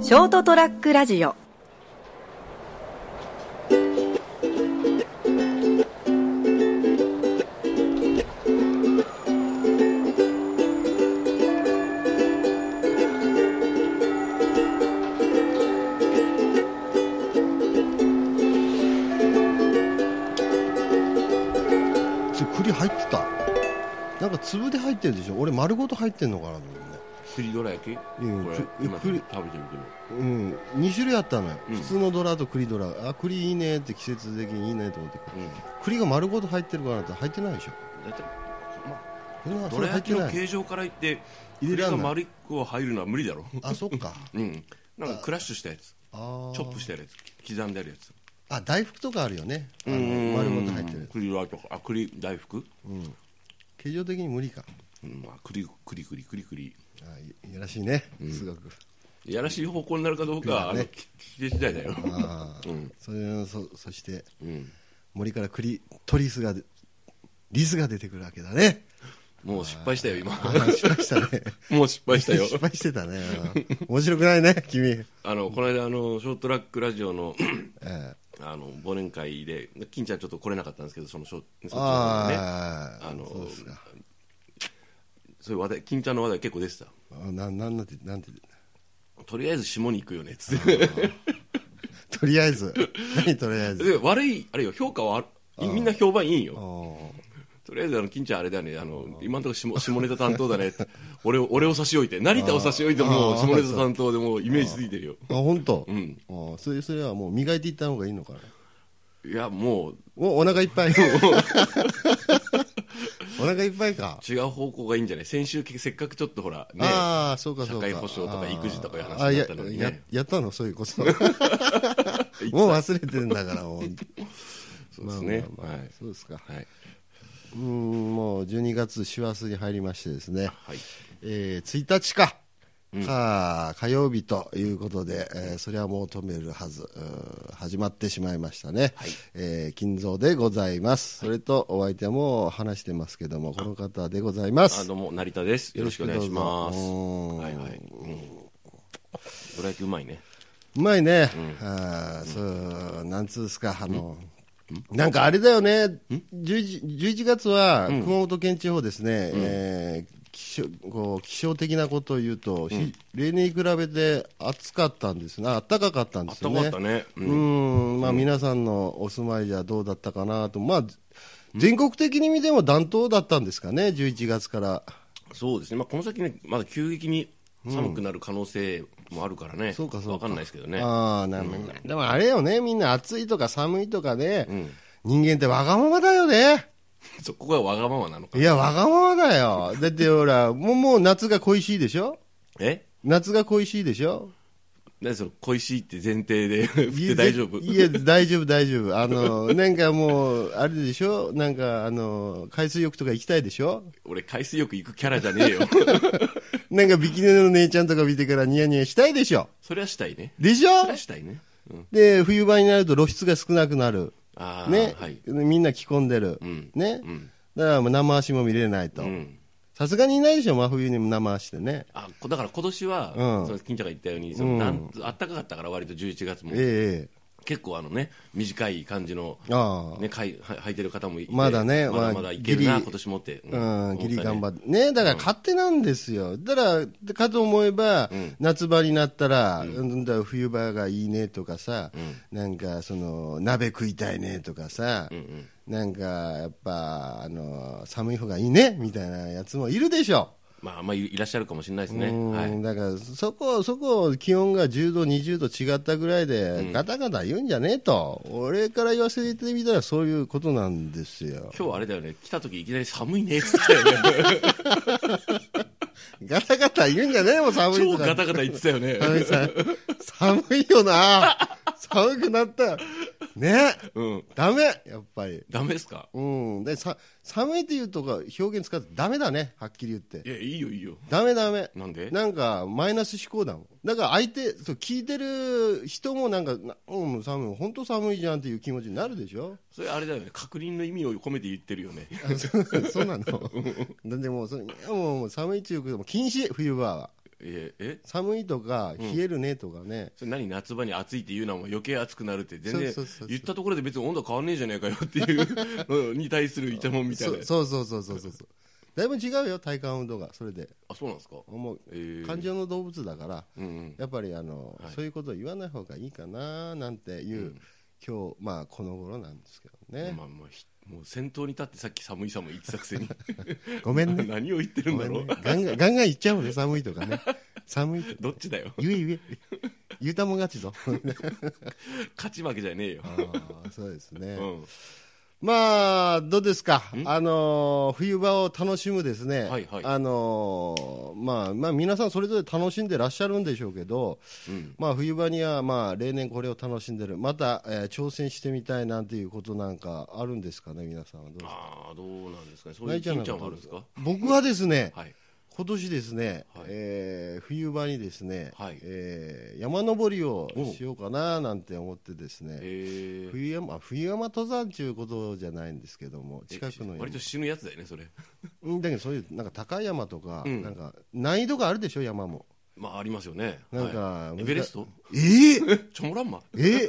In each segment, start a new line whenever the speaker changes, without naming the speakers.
ショートトラックラジオ
それ栗入ってたなんか粒で入ってるでしょ俺丸ごと入ってんのかなと思
栗どら焼きこ
うね、うん、
れ
く
今食べ
栗
てみてる
うん、2種類あったのよ、
うん
普通のドラと栗ドラあ栗いいねって季節的にいいねと思って
うん
栗が丸ごと入ってるかなって入ってないでしょ
だってま
そん
あ
な
ど
そ
ら
れ入っ
焼
て
きの
ない
形状からいって
入
栗
れらん
が
ない
丸一個入るのは無理だろ
あそっ か
うんなんかクラッシュしたやつ
あ
チョップしてあるやつ刻んであるやつ
ああ大福とかあるよねあの
うん
丸ごと入ってる
栗はとかあ栗大福
形状的に無理か
うんまあ栗栗栗栗栗
あいいやらしいね、数学
いやらしい方向になるかどうかはあ
栗だ
の
ね
ききで次第だよ
ああ、それそそして
うん
森から栗トリスがでリスが出てくるわけだね
もう失敗したよ今
話しましたね
もう失敗したよ
失敗してたねうん面白くないね君、え
あのこの間あのショートトラックラジオの
え
あの忘年会で金ちゃんちょっと来れなかったんですけどそのショーそっちの方ね
ああ
あの
そうですか
そういう話題金ちゃんの話題結構出てた
あななんなんてなんて
とりあえず下に行くよねっつって
とりあえ ず何とりあえず
で悪いあるいは評価はあみんな評判いいん
お
よ
お
とりあえずあの金ちゃんあれだねあの今のところ下下ネタ担当だねって俺を俺を差し置いて成田を差し置いても
あ
う
ー
下ネタ担当でもうイメージついてるよ
あ本当
うん
おそれそれはもう磨いていった方がいいのかない
やもう
おお腹いっぱ いお腹いっぱいか
違う方向がいいんじゃない先週せっかくちょっとほらね
ああそうかそうか
社会保障とか育児とかいう話
あーあー
になったのにね
やややったのそういうこと もう忘れてんだからもう
そうですね
まあまあまあ
はい
そうですか
はいう
ーんもう12月師走に入りましてですね、
はい
えー1日か、か火曜日ということで、えーそれはもう止めるはずうー始まってしまいましたね、えー金蔵でございます、それとお相手はもう話してますけどもこの方でございま
あ
す
どうも成田ですよろしくお願いしま
よろしくどう
す
ぞ
はいはいうんどら焼きうまいね
うまいね、あーそうなんつうですかあの、なんかあれだよね、11, 11月は熊本県地方ですね、えー気象こう気象的なことを言うと、ひ例年に比べて暑かったんですな、暖かかったんですよ
暖
ね。
かかったね
うーんまあ、皆さんのお住まいじゃどうだったかなと、まあ、全国的に見ても暖冬だったんですかね、11月から。
そうですね、まあ、この先ね、まだ急激に寒くなる可能性もあるからね、
そうかそうか
わかんないですけどね、
ああなるほどでもあれよね、みんな暑いとか寒いとかで、人間ってわがままだよね。
そこがわがままなのか、
いや、わがままだよ。だってほら、もうもう夏が恋しいでしょ
え
夏が恋しいでしょ
何その恋しいって前提で振っ
い
て
や
大丈夫、
いや、大丈夫、大丈夫。あの、なんかもう、あれでしょなんか、あの、海水浴とか行きたいでしょ
俺、海水浴行くキャラじゃ ねえよ、
なんかビキニの姉ちゃんとか見てからニヤニヤしたいでしょ
それはしたいね、
でしょ
それはしたいね、うん、
で、冬場になると露出が少なくなる。
ああ、
ね、
はい、
みんな着込んでる、
ん
ね、
ん
だからもう生足も見れないと
ん
さすがにいないでしょ真冬にも生足でね
あこだから今年は、
うん
その金ちゃんが言ったように、そのなん暖かかったから、割と11月も、
ええ
結構あの、ね、短い感じの、
ああ、
ね、かいは履いてる方もいて、
まだね
まだ
ま
ま
あ
だいけるな、
ギリ
今年もって、
うん、ギリ頑張
っ
って、ね、だから勝手なんですよ、だから、かと思えば、夏場になったら、うん、だから冬場がいいねとかさ、なんかその、鍋食いたいねとかさ、なんかやっぱあの、寒い方がいいねみたいなやつもいるでしょ。
まあ、あんまりいらっしゃるかもしれないですね。
うん
はい
だからそこ、そこ、気温が10度、20度違ったぐらいで、ガタガタ言うんじゃねえと、俺から言わせてみたら、そういうことなんですよ、
今日あれだよね、来た時いきなり寒いねっつったよね。
ガタガタ言うんじゃねえもん、寒い
超
と
ガ
か、
タガタ言ってたよね。
寒いさ 寒いよな、寒くなった、ね、
うん。
だめ、やっぱり、
ダメですか
うん、でさ寒いっていうとか表現使って、だめだね、はっきり言って
い、や、いいよいいよ。
だめだめ。
なんで
なんかマイナス思考だもん、だから相手、そう聞いてる人もなんか、なうん、寒い、本当寒いじゃんっていう気持ちになるでしょ、
それあれだよね、確認の意味を込めて言ってる よね。
あそうそうなの、だってもうそれいやもう、もう寒いっていうことも禁止、冬場は、
いえ、え
寒いとか、冷えるねとかね、
それ何夏場に暑いって言うのはもう余計暑くなるって全然
そうそうそうそう
言ったところで別に温度変わんねえじゃねえかよっていううんに対するイチャモンみたいな
そそうそうそうそうそうそう、だいぶ違うよ、体感温度が、それで、
あそうなんですか
もう、
えー
感情の動物だから、
うんうん
やっぱりあの、そういうことを言わない方がいいかななんていう、今日まあこの頃なんですけどね、
まあまあひもう先頭に立ってさっき寒い寒い言ってたく せに
ごめんね、
何を言ってる
ご
んだ
めん
ろ
ね
う、
ガンガンガンガン言っちゃうね、寒いとか ね、寒いとか、
どっちだよ
言え言え、言うたもん勝 ちぞ、
勝ち負けじゃねえよ
あーそうですね、
うん
まあ、どうですか、あのー冬場を楽しむですね、
はいはい
あのーまあまあ、皆さんそれぞれ楽しんでらっしゃるんでしょうけど、まあ、冬場にはまあ例年これを楽しんでる、また、えー挑戦してみたいなんていうことなんかあるんですかね、皆さんはどうですか。
ああどうなんですかねそうい
大
う
ちゃん
金
なん
ちゃ
か
んは
ど
あ
う
る
で
んですす
か
か
僕はですね、
はい
今年ですね、
はい
えー冬場にですね、
はい
えー山登りをしようかななんて思ってですね、
え
冬山あ冬山登山ということじゃないんですけども、近くの山
割と死ぬやつだよねそれ
うんだけどそういうなんか高い山とか、
うん
なんか難易度があるでしょ、山 も。
まあありますよね
なんか
は
難
い
しい
エベレスト
ええ
チョモランマ
え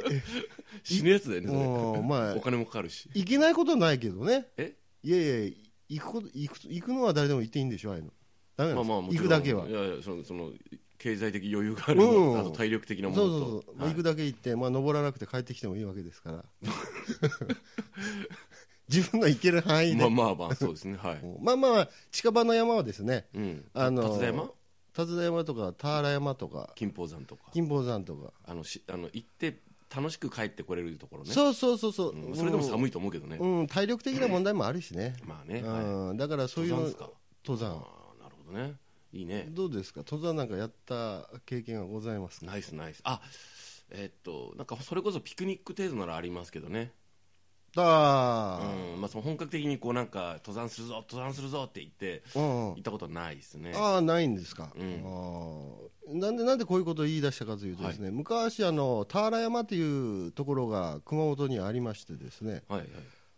死ぬやつだよねそれ
もうまあ
お金もかかるし
行けないことはないけどね、
え
いやいや、行くこと行く行くのは誰でも行っていいんでしょ、ああいうの、ダメなんで
まあ
すか
まあもち
行
ろん。
くだけはい
やいやそのその経済的余裕がある
う
の
ん
とあと体力的な
そう
ものと
そうそう、まあ、
は
行く
い
だけ行って、まあ、登らなくて帰ってきてもいいわけですから、 自分の行ける範囲で、
まあまあまあそうですねはい
まあまあまあ、近場の山はですね、
うん
あの
立田山
立田山とか、田原山とか、
金峰山とか
金峰山とか、
あのしあの行って楽しく帰ってこれるところね
そうそうそうそう、
うんそれでも寒いと思うけどね
うん、体力的な問題もあるしね、
まあねはい
うん、だからそういうの
登山っすか
登
あ
山
あなるほどねいいね
どうですか登山なんかやった経験はございますか
ナイスナイスあえっとなんかそれこそピクニック程度ならありますけどね
あ
うんまあその本格的にこうなんか登山するぞ登山するぞって言って
ー、うん
行ったことはないですね
あーないんですか、
うん
あーなんでなんでこういうことを言い出したかというとですね、昔あの田原山というところが熊本にありましてですね
はいはい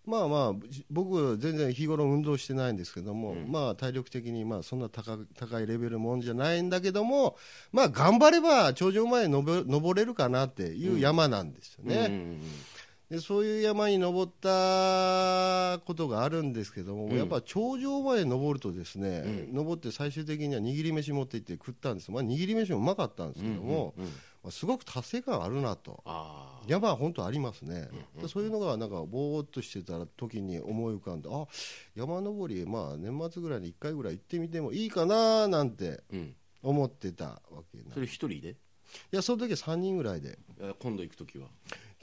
まあまあじ僕全然日頃運動してないんですけども、まあ体力的にまあそんな高高いレベルもんじゃないんだけどもまあ頑張れば頂上まで登登れるかなっていう山なんですよね、
うんうんうん
でそういう山に登ったことがあるんですけども、やっぱ頂上まで登るとですね、登って最終的には握り飯持って行って食ったんです、まあ、握り飯もうまかったんですけども、まあ、すごく達成感あるなと
ああ
山は本当ありますね、でそういうのがなんかぼーっとしてた時に思い浮かんであ山登り、まあ、年末ぐらいに1回ぐらい行ってみてもいいかななんて
うん
思ってたわけなんです
それ一人で
いやその時は3人ぐらいで。
いや今度行く時は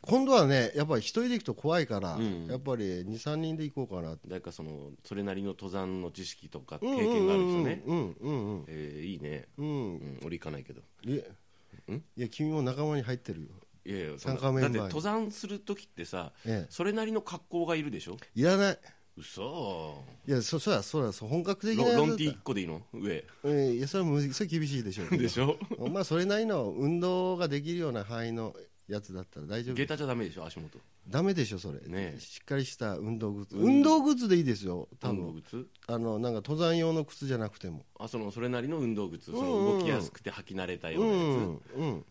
今度はね、やっぱり一人で行くと怖いから、
うん
やっぱり2、3人で行こうかなって。
誰かそのそれなりの登山の知識とか経験がある人ね
うんうん
えーいいね
うん。うん。
うん俺行かないけど
いや、いや君も仲間に入ってるよ。
いやいやそんな
参加メン
だ
バーに
って登山する時ってさ
ええ
それなりの格好がいるでしょ
いらない。
嘘
いや、そ、そら、そら、そう本格的な
ロ
やつだ
ロ
った
ンティ1個でいいの上
うんいや、それはむず、それ厳しいでしょうけど
でしょ
まあ、それなりの運動ができるような範囲のやつだったら大丈夫
下。駄じゃダメでしょ足元
ダメでしょ、それ。
ねえ
しっかりした運動グッズ。運動グッズでいいですよ、多
運動
分。
靴
あの、なんか登山用の靴じゃなくても。
あそのそれなりの運動靴そ
うんうんう
の
ん
動きやすくて履き慣れたよ
う
うなや
ん。うん。
つうん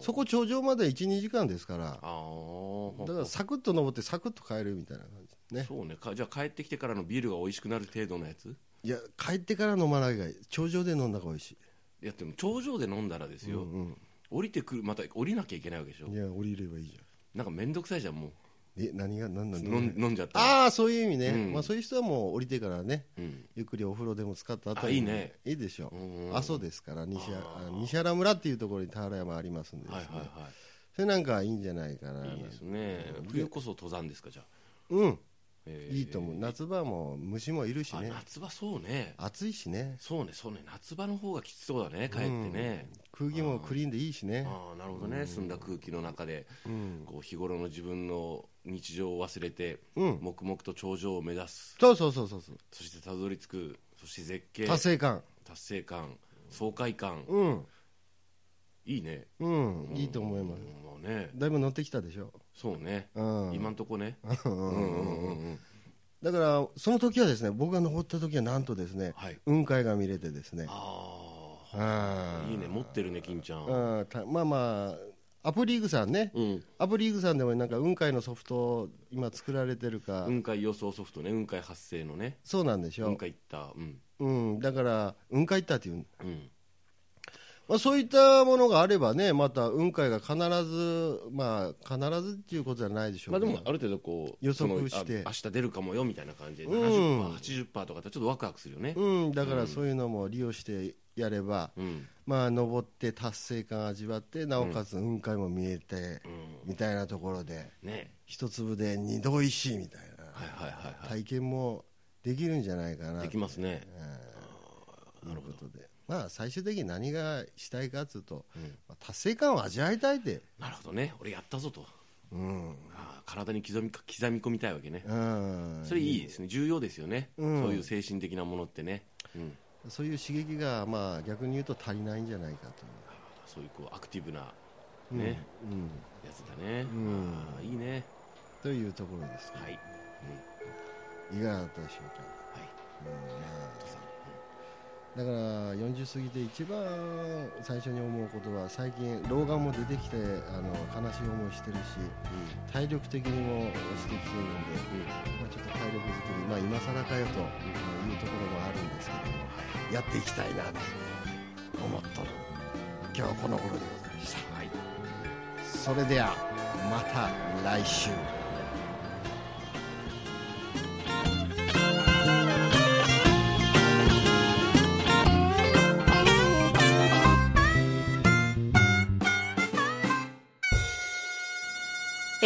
そこ頂上まで1、2時間ですから。
あー
だからサクッと登ってサクッと帰るみたいな感じね
そうねかじゃあ帰ってきてからのビールが美味しくなる程度のやつ
いや帰ってから飲まないがいい頂上で飲んだ方が美味し
いやでも頂上で飲んだらですよ、降りてくるまた降りなきゃいけないわけでしょ
いいや降りればいいじ
なんか面倒くさいじゃんも
ゃんえ何が何な
うん
だ
飲ん飲んじゃったら
ああそういう意味ね、
うん
まあ、そういう人はもう降りてからね、
うん
ゆっくりお風呂でも使った後
あ
に
いいね
いいでしょ
うん
阿蘇ですから西原あ西原村っていうところに田原山ありますんで
はいはいは
それなんかいいんじゃないかな、
いいいですね冬こそ登山ですかじゃあ、
うん
えー
いいと思う夏場も虫もいるし
あ
ね
夏場そうね
暑いしね
そうねそうね夏場の方がきつそうだね帰ってね、
空気もクリーンでいいしね
ああなるほどね、澄んだ空気の中で、こう日頃の自分の日常を忘れて、
うん
黙々と頂上を目指す
そうそうそうそうそう
そしてたどり着くそして絶景
達成感
達成感爽快感、
うん
いいね
うん、いいと思います。
まあね
だいぶ乗ってきたでしょ。
そうね、
うん
今んとこねうんうんうんうん
だから、その時はですね、僕が登った時はなんとですね、
はい
雲海が見れてですね、
あいいね、持ってるね、金ちゃん。あ
うんたまあまあ、アプリーグさんね、
ん
アプリーグさんでもなんか雲海のソフト、今作られてるか、
雲海予想ソフトね、雲海発生のね。
そうなんでしょ
雲、海行った。うん。
うん、だから、雲海ったっていう、
うん。
まあ、そういったものがあればね、また雲海が必ず、まあ、必ずっていうことじゃないでしょ
まあ
う
で
けど、
も、ある程度こう、
予測して
そのあ明日出るかもよみたいな感じで、
ん
70%、80%とかってちょっとワクワクするよね。
うん、だからそういうのも利用してやれば、
うん。
まあ、登って達成感味わって、なおかつ雲海も見えて、みたいなところで、
ね。
一粒で二度石みたいな。
はいはいはいは。
体験もできるんじゃないかない
できますね。
ということで、まあ、最終的に何がしたいかというと、まあ達成感を味わいたいで、
なるほどね。俺やったぞと。
うん
あー体に刻み刻み込みたいわけね。
うん、
それいいですね。重要ですよね。そういう精神的なものってね。うん。
そういう刺激が、まあ、逆に言うと足りないんじゃないかと
そういうこうアクティブなね、やつだね、あーいいね
というところです
はい、はい
いかがだったでしょうか。だから40過ぎて一番最初に思うことは最近老眼も出てきてあの悲しい思いしてるし体力的にも落ちてきているんで
うんうん
まあ、ちょっと体力作り、まあ、今更かよというところもあるんですけども、やっていきたいなと思っとる今日この頃でございました、それではまた来週